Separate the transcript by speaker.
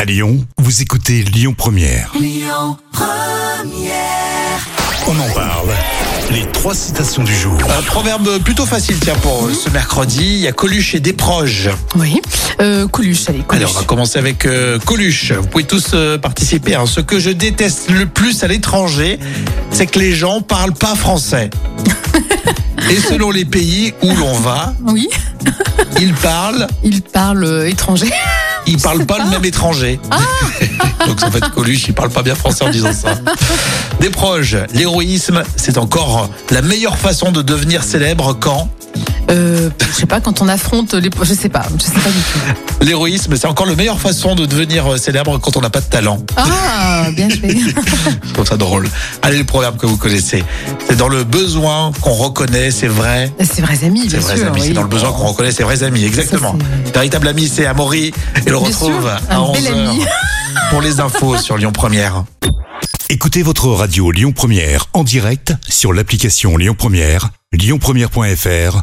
Speaker 1: À Lyon, vous écoutez Lyon Première. On en parle. Les trois citations du jour.
Speaker 2: Un proverbe plutôt facile, tiens, pour euh, ce mercredi. Il y a Coluche et Desproges.
Speaker 3: Oui. Euh, Coluche, allez, Coluche.
Speaker 2: Allez, on va commencer avec euh, Coluche. Vous pouvez tous euh, participer. hein. Ce que je déteste le plus à l'étranger, c'est que les gens parlent pas français. et selon les pays où l'on va,
Speaker 3: Oui,
Speaker 2: ils parlent,
Speaker 3: il parle euh, étranger.
Speaker 2: ils parlent pas, Ah. le même étranger. Donc en fait, Coluche, il parle pas bien français en disant ça. Desproges, l'héroïsme, c'est encore la meilleure façon de devenir célèbre quand
Speaker 3: Euh, je sais pas, quand on affronte les... Je sais pas, je sais pas du tout.
Speaker 2: L'héroïsme, c'est encore la meilleure façon de devenir euh, célèbre quand on n'a pas de talent.
Speaker 3: Ah, bien joué.
Speaker 2: Je trouve ça drôle. Allez, le proverbe que vous connaissez. C'est dans le besoin qu'on reconnaît ses vrais,
Speaker 3: C'est vrais amis,
Speaker 2: ses
Speaker 3: bien
Speaker 2: vrais
Speaker 3: sûr.
Speaker 2: amis. C'est
Speaker 3: oui.
Speaker 2: dans le besoin qu'on reconnaît ses vrais amis, exactement. Véritable ami, c'est Amaury. Et le
Speaker 3: Bien
Speaker 2: retrouve
Speaker 3: sûr,
Speaker 2: à
Speaker 3: un bel
Speaker 2: 11h
Speaker 3: ami.
Speaker 2: pour les infos sur Lyon Première.
Speaker 1: Écoutez votre radio Lyon Première en direct sur l'application Lyon Première, lyonpremière.fr